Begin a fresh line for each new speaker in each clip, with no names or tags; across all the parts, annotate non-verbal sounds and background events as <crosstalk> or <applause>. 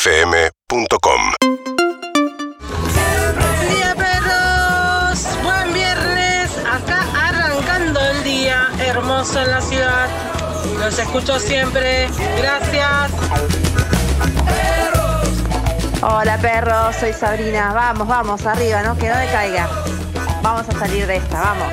UrbanaPlayFM.com
día, perros. Buen viernes. Acá arrancando el día. Hermoso en la ciudad. Los escucho siempre. Gracias.
Hola perros, soy Sabrina. Vamos, vamos, arriba, ¿no? Que no decaiga. Vamos a salir de esta, vamos.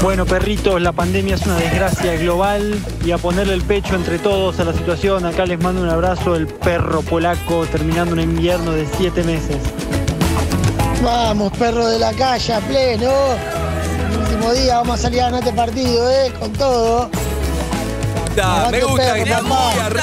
Bueno, perritos, la pandemia es una desgracia global y a ponerle el pecho entre todos a la situación. Acá les mando un abrazo el perro polaco terminando un invierno de siete meses.
Vamos, perro de la calle, a pleno. El último día vamos a salir a ganar este partido, ¿eh? Con todo.
gusta, me
Aguante
gusta,
Perro,
que está
papá.
muy arriba,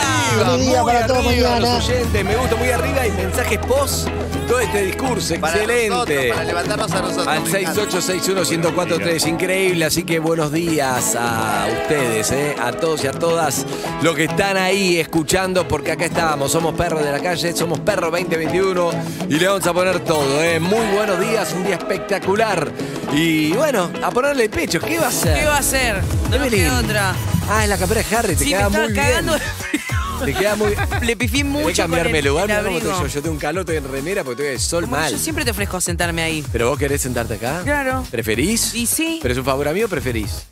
Feliz día
muy
para todos
arriba
mañana.
los oyentes, me gusta muy arriba y mensajes post todo este discurso,
Para nosotros,
excelente.
para levantarnos a nosotros.
Al
me encanta.
6861-1043, increíble, así que buenos días a ustedes, eh, a todos y a todas los que están ahí escuchando, porque acá estábamos, somos perros de la calle, somos perro 2021 y le vamos a poner todo, eh. muy buenos días, un día espectacular y bueno, a ponerle el pecho, ¿qué va a ser?
¿Qué va a hacer? No nos
Evelyn.
queda otra.
Ah, es la campera de Harry,
Sí,
te
me
queda
estaba
muy
cagando <laughs> de
bien. Te queda muy
Le pifí <laughs> mucho.
Voy a cambiarme
con
el lugar, mirá cómo
abrigo.
estoy yo. Yo tengo un calor, estoy en remera porque estoy de sol
Como
mal.
Yo siempre te ofrezco sentarme ahí.
¿Pero vos querés sentarte acá?
Claro.
¿Preferís?
Y sí.
¿Pero es un favor a mí o preferís?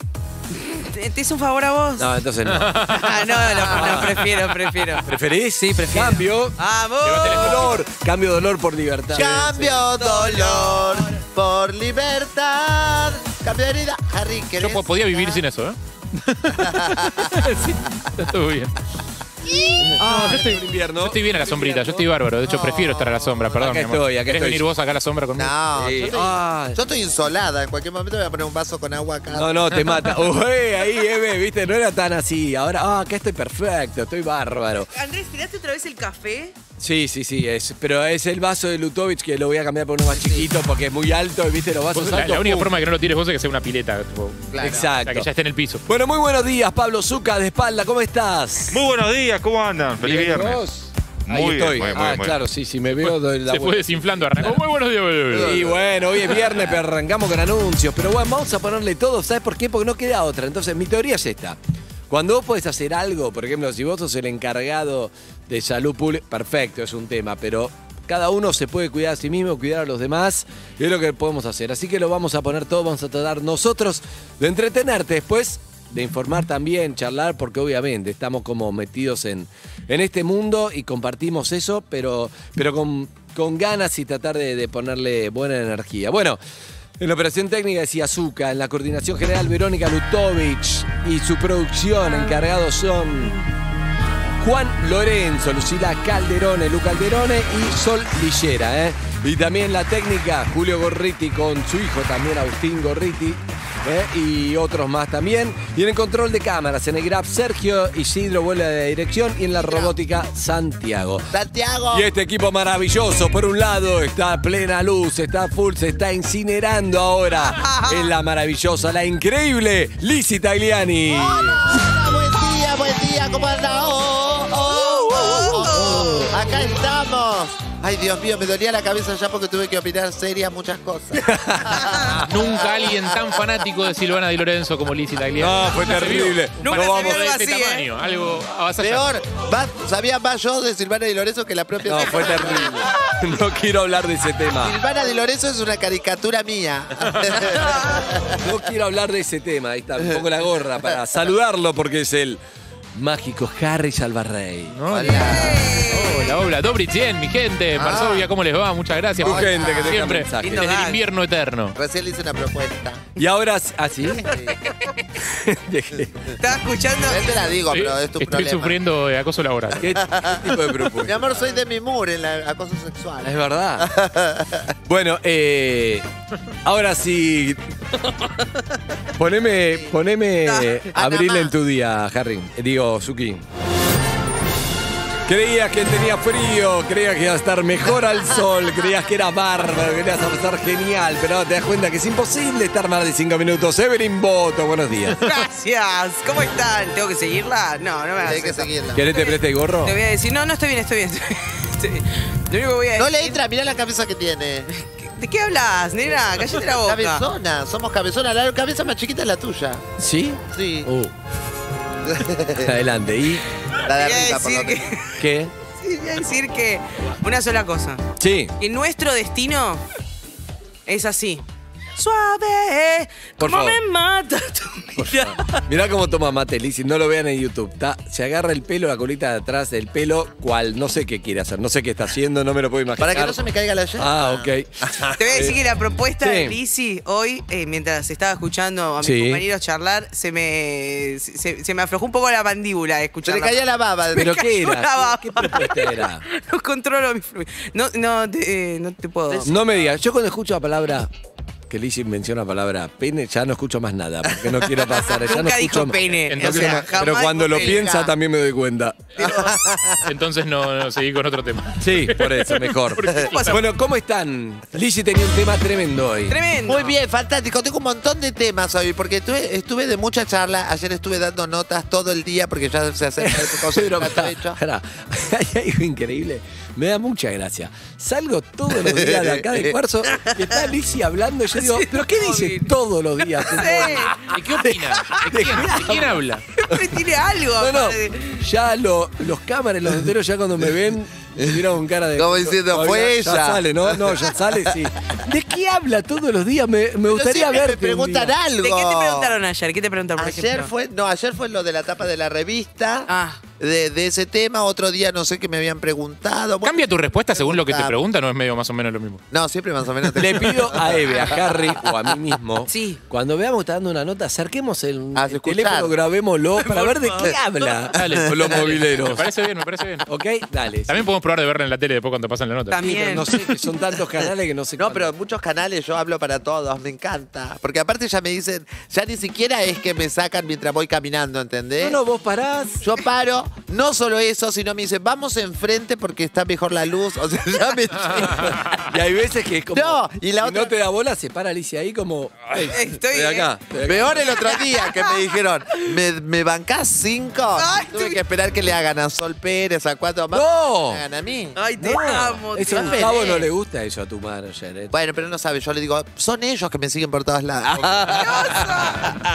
¿Te, te hice un favor a vos?
No, entonces no.
<laughs> Ah, no, no,
<laughs>
no, prefiero, prefiero.
¿Preferís? Sí, prefiero. Cambio.
¡Vamos!
Dolor. Cambio dolor por libertad.
Cambio dolor por libertad. Cambio herida. Harry,
Yo
¿querés?
po- podía vivir sin eso, ¿eh? <laughs> sí, estuvo bien.
Ah,
yo estoy-
por invierno.
Yo estoy bien a la sombrita, yo estoy bárbaro. De hecho, prefiero estar a la sombra, perdón.
Acá
mi amor.
estoy, acá
¿Querés
estoy.
venir vos acá a la sombra conmigo?
<laughs> No,
Sí.
yo, estoy,
Ah.
yo estoy insolada. En cualquier momento voy a poner un vaso con agua acá.
No, no, te mata. Ué, ahí, Eve, viste, no era tan así. Ahora, ah, acá estoy perfecto, estoy bárbaro.
Andrés, ¿tiraste otra vez el café?
Sí, sí, sí, es. Pero es el vaso de Lutovic que lo voy a cambiar por uno más chiquito porque es muy alto y viste los vasos
Vos- la,
altos.
la única
pum.
forma de que no lo tires vos es que sea una pileta. tipo,
Claro.
O sea, que
Exacto.
ya esté en el piso.
Bueno, muy buenos días, Pablo Zuca, de espalda, ¿cómo estás?
Muy buenos días, ¿cómo andan? Feliz
Bien,
viernes.
¿vos?
Muy
Ahí
bien,
estoy.
muy bien,
ah,
muy bien.
claro, sí, sí, me veo doy la
Se fue
vuelta.
desinflando, arrancó. Muy buenos días, boludo.
Y bueno, hoy es viernes, pero arrancamos con anuncios. Pero bueno, vamos a ponerle todo, ¿sabes por qué? Porque no queda otra. Entonces, mi teoría es esta. Cuando vos podés hacer algo, por ejemplo, si vos sos el encargado de salud pública, perfecto, es un tema, pero cada uno se puede cuidar a sí mismo, cuidar a los demás, y es lo que podemos hacer. Así que lo vamos a poner todo, vamos a tratar nosotros de entretenerte después, de informar también, charlar, porque obviamente estamos como metidos en, en este mundo y compartimos eso, pero, pero con, con ganas y tratar de, de ponerle buena energía. Bueno, en la operación técnica decía Zuka, en la coordinación general Verónica Lutovich y su producción encargados son Juan Lorenzo, Lucila Calderone, Lu Calderone y Sol Villera. ¿eh? Y también la técnica, Julio Gorriti con su hijo también, Agustín Gorriti. ¿eh? Y otros más también. Y en el control de cámaras, en el grab Sergio Isidro vuela de dirección y en la robótica Santiago.
Santiago.
Y este equipo maravilloso, por un lado, está a plena luz, está full, se está
<laughs>
incinerando ahora en la maravillosa, la increíble Lizzie Tagliani.
Hola, buen día, buen día, ¿cómo anda? Oh, oh, oh, oh,
Uh,
oh, oh. Acá estamos. Ay, Dios mío, me dolía la cabeza ya porque tuve que opinar serias muchas
<laughs>
cosas.
Nunca alguien tan fanático de Silvana Di Lorenzo como Lizzie Tagliani.
No, fue terrible. No
Nunca se
vamos.
vio
De
algo
este
así, ¿eh?
tamaño, algo avasallante.
Peor, más- sabía más yo de Silvana Di Lorenzo que la propia
No, fue
Silvana. <laughs>
terrible. No quiero hablar de ese tema.
Silvana Di Lorenzo es una
<laughs>
caricatura mía.
No quiero hablar de ese tema. Ahí está, un poco la gorra para saludarlo porque es el mágico Harry Salvarrey.
Hola, hola, Dobri 100, mi gente. Varsovia, ¿cómo les va? Muchas gracias.
Tu
por-
Ah. gente que deja
Siempre,
mensajes.
desde el invierno eterno.
Recién le hice
<laughs>
una propuesta.
Y ahora, ¿ah, ¿así? <laughs> ¿Qué,
Estaba escuchando.
Yo te la digo, pero es tu
Estoy
problema.
sufriendo de acoso laboral.
qué tipo de
Mi
propuesta?
amor, soy Demi Moore en la acoso
Es
sexual.
verdad. Bueno, eh, ahora sí. Poneme, poneme abril en tu día, Harry. Digo, Suki. Creías que tenía frío, creías que iba a estar mejor al sol, creías que era bárbaro, que ibas a pasar genial, pero ahora te das cuenta que es imposible estar más de cinco minutos. Evelyn Boto, buenos días.
Gracias. ¿Cómo están? ¿Tengo que seguirla? No, no me hagas
Hay que
eso.
seguirla.
¿Querés te preste el gorro?
Te voy a decir, no, no estoy bien, estoy bien. <laughs> estoy bien, estoy bien. Lo único que voy a
No le
decir-
entra, mirá la cabeza que tiene.
¿De qué hablas, nena?
<laughs>
Cállate la boca.
Cabezona, somos cabezona. La cabeza más chiquita es la tuya.
¿Sí?
Sí.
Uh. Adelante. Y
La de
Quería
arriba, por lo
decir
menos.
¿Qué?
<laughs> Sí, voy a decir que una sola cosa.
Sí.
Que nuestro destino es así. Suave,
Por
como
favor.
me mata tu mirada.
Mirá cómo toma mate, Liz, si no lo vean en YouTube. Ta- se agarra el pelo, la colita de atrás del pelo, cual no sé qué quiere hacer, no sé qué está haciendo, no me lo puedo imaginar.
Para que no se me caiga la llave.
Ah, ok.
Te voy a decir que la propuesta de
Sí.
Lizzy hoy, eh, mientras estaba escuchando a mis
Sí.
compañeros charlar, se me, se, se me aflojó un poco la mandíbula de
Se
escucharla.
le caía la baba.
<laughs> ¿Pero qué
cayó la
era?
baba.
¿Qué, qué propuesta era?
<laughs> No controlo mi fluido. No, no, te, eh, no te puedo.
No me digas, yo cuando escucho la palabra, que Liz menciona la palabra pene, ya no escucho más nada, porque no quiero pasar, ya no
Nunca
escucho
dijo
más.
pene.
Entonces,
o sea,
no-
jamás
Pero cuando
dijo
lo
pene.
piensa también me doy cuenta.
Entonces no, no, seguí con otro tema.
Sí, por eso,
<laughs>
mejor. Bueno, ¿cómo están? Lizzie tenía un tema tremendo hoy.
Tremendo. <laughs>
Muy bien, fantástico. Tengo un montón de temas hoy, porque estuve, estuve de mucha charla. Ayer estuve dando notas todo el día, porque ya se
<laughs>
acerca el cosa que
Pero
nunca
pará,
he hecho.
pará. <laughs> hay algo increíble. Me da mucha gracia. Salgo todos los días de acá de cuarzo y está Lizzie hablando.
<laughs>
y Yo digo,
Sí,
¿pero qué dice
móvil.
todos los días? tu móvil?
¿De qué opina? ¿De quién, de quién habla?
Siempre tiene algo.
No, no.
aparte.
Ya lo- los cámaras, los enteros, ya cuando me ven, me miran con cara de.
Como diciendo,
Todavía
fue
ya
ella.
sale, ¿no? No, ya sale, sí. ¿De qué habla todos los días? Me, me gustaría
Siempre
verte.
me preguntan algo.
¿De qué te preguntaron ayer? ¿Qué te preguntaron, por
Ayer
ejemplo?
fue, no, ayer fue lo de la tapa de la revista,
Ah.
de, de ese tema. Otro día no sé qué me habían preguntado. Bueno,
¿Cambia tu respuesta según lo que te preguntan o es medio más o menos lo mismo?
No, siempre más
<laughs>
o menos. te-
Le pido a Eve, a Harry o a mí mismo,
Sí.
cuando veamos que está dando una nota, acerquemos el,
A
el
escuchar.
teléfono, grabémoslo para ver de qué habla
Dale.
los
dale.
mobileros.
Me parece bien, me parece bien.
¿Ok? Dale.
También podemos probar de verla en la tele después cuando pasan la nota.
Sí, pero
También.
no sé, que son tantos canales que no sé
<laughs> No,
cuándo.
pero en muchos canales yo hablo para todos, me encanta. Porque aparte ya me dicen, ya ni siquiera es que me sacan mientras voy caminando, ¿entendés?
No, no, vos parás.
Yo paro, no solo eso, sino me dicen, vamos enfrente porque está mejor la luz. O sea, ya me.
Y hay veces que es como.
No, y la
si
otra-
no te da bola, se para Alicia ahí como. "Ey,
Estoy-
estoy acá. estoy acá".
Peor el otro día que me dijeron, ¿me, me bancás cinco?
Ay,
Tuve
tú-
que esperar que le hagan a Sol Pérez, a cuatro más.
¡No!
Me hagan a mí.
Ay, te amo. te
Eso a
amo.
Gustavo no le gusta eso a tu manager.
<laughs>
¿eh?
Bueno, pero no sabe, yo le digo, son ellos que me siguen por todos lados.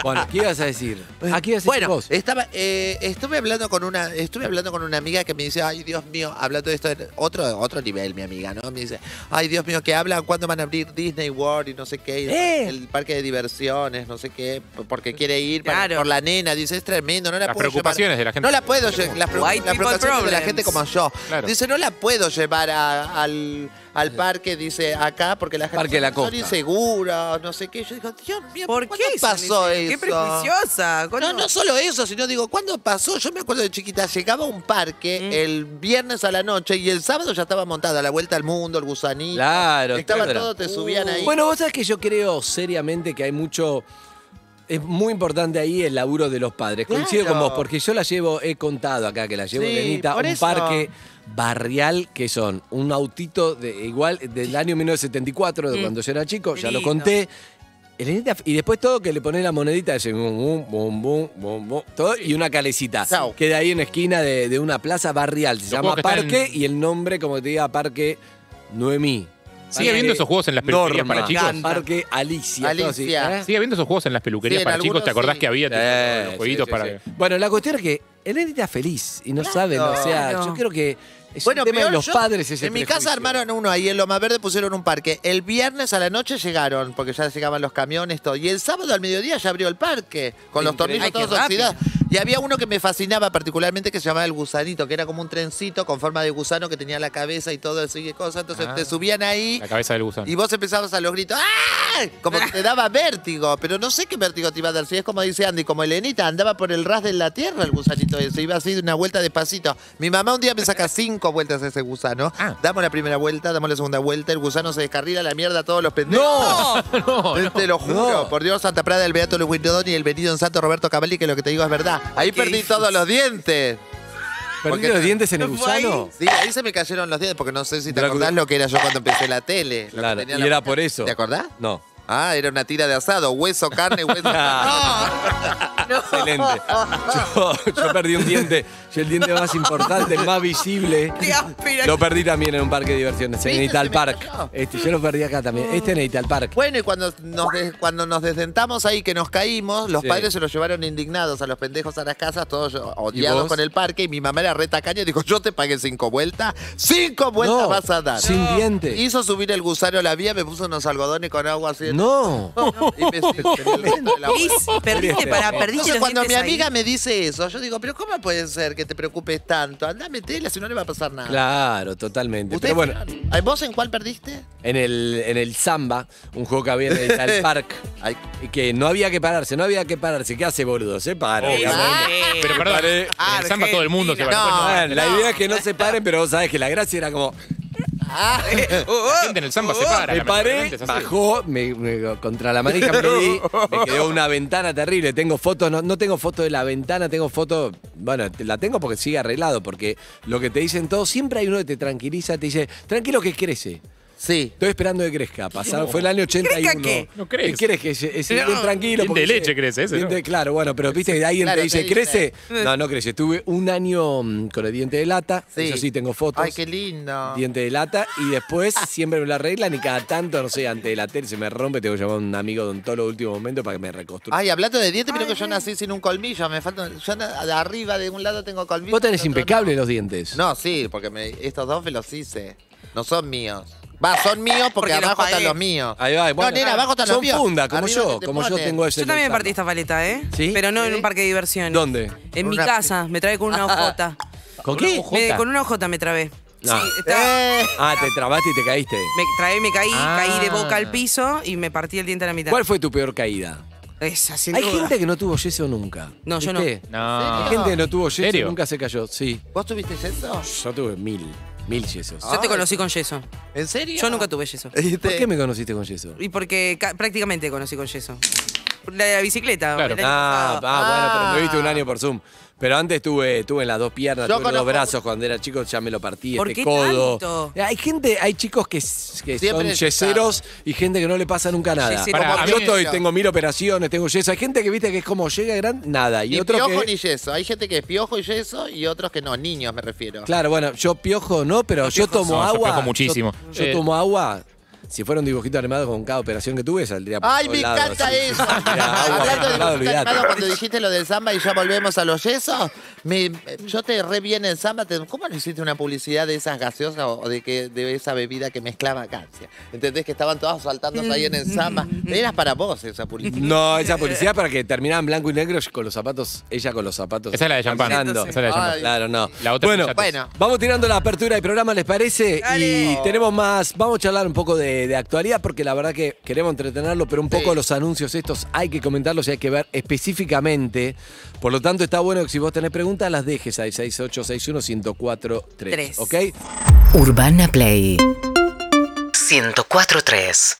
Bueno, ¿qué ibas a decir? ¿A qué ibas a decir
Bueno,
vos?
estaba, eh, estuve hablando con una, estuve hablando con una amiga que me dice, ay Dios mío, hablando de esto en otro, otro nivel, mi amiga, ¿no? Me dice, ay Dios mío, que hablan cuándo van a abrir Disney World y no sé qué, y
Eh.
el parque de diversiones, no sé qué, porque quiere ir para-
Claro.
por la nena, dice, es tremendo, no la
Las
puedo llevar".
preocupaciones de la gente.
No la puedo lle- las, pre-
White
las
people
preocupaciones de la
problems.
gente como yo.
Claro.
Dice, no la puedo llevar a- al, al parque, dice, acá, porque la gente
Parque de la
son
Costa.
inseguras, no sé qué. Yo digo, Dios mío,
¿Por
¿cuándo
qué
pasó
Sandy?
eso?
Qué prejuiciosa.
No, no solo eso, sino digo, ¿cuándo pasó? Yo me acuerdo de chiquita, llegaba a un parque
Mm.
el viernes a la noche y el sábado ya estaba montada, la vuelta al mundo, el gusanito.
Claro,
Estaba
claro.
todo, te subían ahí.
Bueno, vos sabés que yo creo seriamente que hay mucho. Es muy importante ahí el laburo de los padres. Coincido
Claro.
con vos, porque yo la llevo, he contado acá que la llevo
Sí,
nenita a
por
un
eso.
parque barrial que son un autito de, igual del año 1974, de cuando yo era chico,
Qué
ya lo
lindo.
conté. El nenita- y después todo que le pone la monedita, ese bum, bum, bum, bum, bum, bum, todo, y una calecita.
Chau.
Queda ahí en una esquina de, de una plaza barrial. Se
Los
llama
juegos que están
Parque
en-
y el nombre, como te diga, Parque Noemí.
¿Sigue habiendo esos juegos en las peluquerías para chicos?
Ganda. Parque Alicia.
Alicia.
todo así, ¿eh?
¿Sigue habiendo esos juegos en las peluquerías
Sí, en
para chicos? ¿Te
algunos
acordás
sí.
que había tipo,
Eh,
los jueguitos
sí, sí,
para.?
sí. Bueno, la cuestión es que Elena está feliz y no
Claro.
saben, o sea,
Claro.
yo creo que es
Bueno,
un tema de
peor,
los
yo-
padres ese
En mi casa
prejuicio.
armaron uno ahí en Loma Verde, pusieron un parque. El viernes a la noche llegaron, porque ya llegaban los camiones, todo. Y el sábado al mediodía ya abrió el parque, con los
Increíble.
tornillos
Ay, qué
todos
rápido.
oxidados. Y había uno que me fascinaba particularmente que se llamaba el gusanito, que era como un trencito con forma de gusano que tenía la cabeza y todo eso y cosas. Entonces
Ah.
te subían ahí.
La cabeza del gusano.
Y vos empezabas a los gritos, ¡ah! Como que te daba vértigo, pero no sé qué vértigo te iba a dar. Si es como dice Andy, como Elenita, andaba por el ras de la tierra el gusanito ese, iba así de una vuelta despacito. Mi mamá un día me saca cinco vueltas a ese gusano.
Ah.
Damos la primera vuelta, damos la segunda vuelta, el gusano se descarrila a la mierda a todos los pendejos.
¡No!
<laughs>
No, no.
Te lo juro,
No.
por Dios, Santa Prada, el Beato Luis Winodoni y el venido en Santo Roberto Cavalli, que lo que te digo es verdad. Ahí
Qué
perdí
difícil.
todos los dientes.
¿Perdí
Porque-
los dientes en el
¿No fue ahí?
gusano?
Sí, ahí se me cayeron los dientes, porque no sé si te
Pero-
acordás lo que era yo cuando empecé la tele. lo que
Claro,
tenía
y
la-
era por eso.
¿Te acordás?
No. <laughs>
Ah, era una tira de asado, hueso, carne, hueso. carne.
Excelente.
Ah.
Yo, yo perdí un diente. Yo el diente más importante, el más visible.
Dios, mira.
<laughs>
Lo perdí también en un parque de diversiones, en
¿Viste?
Ital
Se me
Park.
cayó.
Este, yo lo perdí acá también. Este en Ital Park.
<laughs> Bueno, y cuando nos, des- cuando nos desdentamos ahí, que nos caímos, los
Sí.
padres se los llevaron indignados a los pendejos a las casas, todos
vos?
odiados con el parque, y mi mamá era reta caña y dijo, yo te pagué cinco vueltas, cinco vueltas
No,
vas a dar.
Sin diente.
Hizo subir el gusano a la vía, me puso unos algodones con agua así.
No.
Y me- en el resto de la
Liz, perdiste para, perdiste
Entonces,
los
cuando mi
dientes ahí.
amiga me dice eso, yo digo, pero ¿cómo puede ser que te preocupes tanto? Andá, metela, si no le va a pasar nada.
Claro, totalmente.
Ustedes
Pero bueno,
fueron- ¿Vos en cuál perdiste?
en el, en el Samba, un juego que había en Ital Park,
Ay,
y que no había que pararse, no había que pararse. ¿Qué hace, boludo? Se para.
Obvio.
obviamente.
Sí.
Pero perdón,
Paré.
Ah,
el samba todo el mundo se va.
No.
Bueno,
Bueno, la idea es que no se paren, <laughs> pero vos sabés que la gracia era como,
Ah,
la gente en el samba se para.
me paré,
lamentablemente, es así.
bajó, me, me- contra la manija me di, me quedó una ventana terrible. Tengo fotos, no, no tengo foto de la ventana, tengo foto, bueno, te- la tengo porque sigue arreglado, porque lo que te dicen todos, siempre hay uno que te tranquiliza, te dice, tranquilo que crece.
sí.
Estoy esperando que crezca. Pasaron, Fue el año 81.
¿Crezca qué?
No crece.
¿Qué querés que ese- ese
No,
diente tranquilo?
diente
porque
de
ese-
leche crece ese,
diente-
¿no?
Claro, bueno, pero viste que alguien
Claro,
te dice,
te dice.
¿crece? No, no crece. Tuve un año mm, con el diente de lata.
Sí.
Eso sí, tengo fotos
Ay, qué lindo.
diente de lata y después siempre me lo arreglan y cada tanto, no sé, antes de la tele se me rompe, tengo que llamar a un amigo de todo el último momento para que me reconstruya.
Ay, hablando de dientes, creo que yo nací sin un colmillo. Me falta. Yo na- de arriba de un lado tengo colmillo.
Vos tenés
del otro
impecable los dientes.
No, No, sí, porque me- estos dos me los hice. No son míos. Va, son míos porque,
Porque los
abajo están
pagué.
los míos.
Ahí va, bueno,
no, nena, abajo están los
son
míos.
funda, como
Arriba
yo,
que te
como yo
ponen.
tengo ese.
Yo también me partí
luxando.
esta paleta, ¿eh?
¿Sí?
Pero no en
Sí. Ah,
un parque de diversiones.
¿Dónde?
En mi
Una-
casa, me trae con una ojota.
¿Con qué?
Me- con una ojota me trabé.
No.
Sí, estaba-
Eh,
Ah, te trabaste y te caíste.
Me trabé, me caí,
Ah.
caí de boca al piso y me partí el diente a la mitad.
¿Cuál fue tu peor caída?
Esa, sin
Hay
duda.
gente que no tuvo yeso nunca.
No, yo
¿Viste?
No. Ah.
Hay gente que no tuvo yeso
¿Serio?
nunca se cayó. Sí. Ah,
¿Vos tuviste eso?
Yo tuve mil, mil yesos.
Yo te conocí con yeso.
¿En serio?
Yo nunca tuve yeso.
¿Por qué me conociste con yeso?
Y porque ca- prácticamente conocí con yeso. La de la bicicleta.
Claro.
el año
Ah,
pasado.
ah, bueno,
Ah.
pero me viste un año por Zoom. Pero antes tuve, tuve en las dos piernas,
Yo
tuve en los
conozco-
brazos cuando era chico, ya me lo partí,
¿Por
este
qué
codo.
tanto?
Hay gente, hay chicos que, s- que son
Siempre
yeseros y gente que no le pasa nunca nada.
Yesero.
Pará,
Como
a mí
yo
me-
estoy- tengo mil operaciones, tengo yeso. Hay gente que viste que es como llega gran, nada. Y
Ni
otro
piojo
que.
ni yeso. Hay gente que es piojo y yeso y otros que no, niños me refiero.
Claro, bueno, yo piojo no, pero yo tomo
No, yo
agua.
piojo muchísimo.
Yo, yo
Eh.
tomo agua. Si fuera un dibujito animado con cada operación que tuve, saldría por
Ay,
todos
me
lados,
encanta
así. <laughs> Mira,
eso.
agua por
Hablando de
todos lados,
dibujito animado,
olvidate.
cuando dijiste lo del samba y ya volvemos a los yesos, me- yo te re bien en samba. te- ¿Cómo no hiciste una publicidad de esas gaseosas o de que de esa bebida que mezclaba gancia? ¿Entendés que estaban todas saltándose ahí en el samba? Eras para vos esa publicidad.
No, esa publicidad para que terminaban blanco y negro con los zapatos, ella con los zapatos.
Esa es la de champán.
caminando.
Esa es la de champán.
Ay.
Claro, no.
La otra
bueno,
es
chatos. bueno.
vamos tirando la apertura del programa, ¿les parece? Y tenemos más, vamos a charlar un poco de, de actualidad, porque la verdad que queremos entretenerlo, pero un poco
Sí.
los anuncios estos hay que comentarlos y hay que ver específicamente. Por lo tanto, está bueno que si vos tenés preguntas, las dejes al 668-61-1043.
Tres.
¿Ok?
Urbana Play 104.3